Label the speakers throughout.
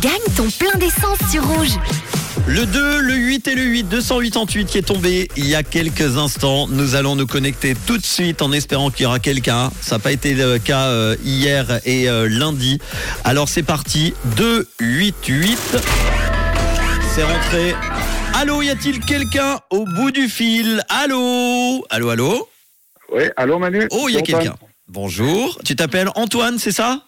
Speaker 1: Gagne ton plein d'essence sur rouge.
Speaker 2: Le 2, le 8 et le 8, 288 qui est tombé il y a quelques instants. Nous allons nous connecter tout de suite en espérant qu'il y aura quelqu'un. Ça n'a pas été le cas euh, hier et euh, lundi. Alors c'est parti, 2, 8, 8. C'est rentré. Allô, y a-t-il quelqu'un au bout du fil Allô Allô, allô
Speaker 3: Oui, allô Manu
Speaker 2: Oh, il y a
Speaker 3: Antoine.
Speaker 2: quelqu'un. Bonjour. Tu t'appelles Antoine, c'est ça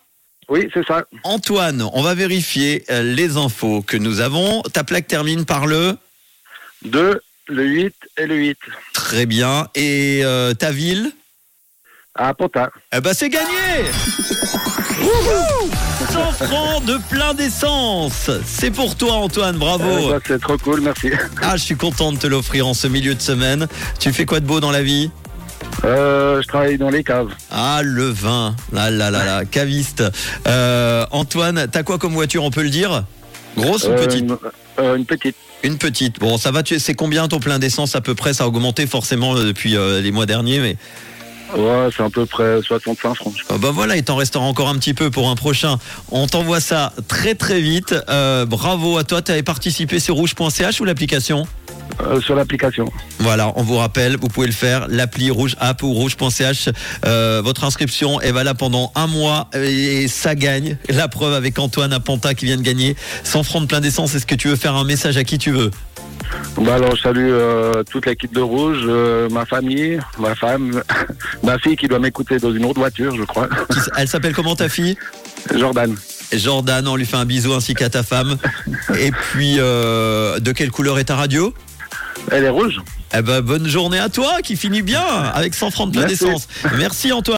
Speaker 3: Oui, c'est ça.
Speaker 2: Antoine, on va vérifier euh, les infos que nous avons. Ta plaque termine par le
Speaker 3: 2, le 8 et le 8.
Speaker 2: très bien. Et euh, ta ville
Speaker 3: À Potin.
Speaker 2: Eh ben c'est gagné Wouhou 100 francs de plein d'essence C'est pour toi Antoine,
Speaker 3: Euh,
Speaker 2: bravo
Speaker 3: ça, c'est trop cool, merci.
Speaker 2: Ah je suis content de te l'offrir en ce milieu de semaine. Tu fais quoi de beau dans la vie
Speaker 3: Euh, je travaille dans les caves.
Speaker 2: Ah le vin, là là là là, caviste. Euh, Antoine, t'as quoi comme voiture on peut le dire Grosse ou
Speaker 3: Euh,
Speaker 2: petite
Speaker 3: une, euh, une petite.
Speaker 2: Une petite. Bon, ça va, tu c'est combien ton plein d'essence à peu près Ça a augmenté forcément euh, depuis euh, les mois derniers, mais.
Speaker 3: Ouais, c'est à peu près 65 francs.
Speaker 2: Ah bah voilà, il t'en restera encore un petit peu pour un prochain. On t'envoie ça très très vite. Euh, bravo à toi, tu avais participé sur rouge.ch ou l'application
Speaker 3: Euh, sur l'application.
Speaker 2: Voilà, on vous rappelle, vous pouvez le faire, l'appli rouge app ou rouge.ch. Euh, votre inscription est valable pendant un mois et ça gagne. La preuve avec Antoine à Panta qui vient de gagner 100 francs de plein d'essence. Est-ce que tu veux faire un message à qui tu veux
Speaker 3: Bah alors, je salue euh, toute l'équipe de Rouge, euh, ma famille, ma femme, ma fille qui doit m'écouter dans une autre voiture, je crois.
Speaker 2: Qui s- Elle s'appelle comment ta fille
Speaker 3: Jordan.
Speaker 2: Jordan, on lui fait un bisou ainsi qu'à ta femme. Et puis, euh, de quelle couleur est ta radio
Speaker 3: Elle est rouge
Speaker 2: Eh ben, bonne journée à toi qui finit bien avec 100 francs de plein
Speaker 3: Merci.
Speaker 2: d'essence. Merci Antoine.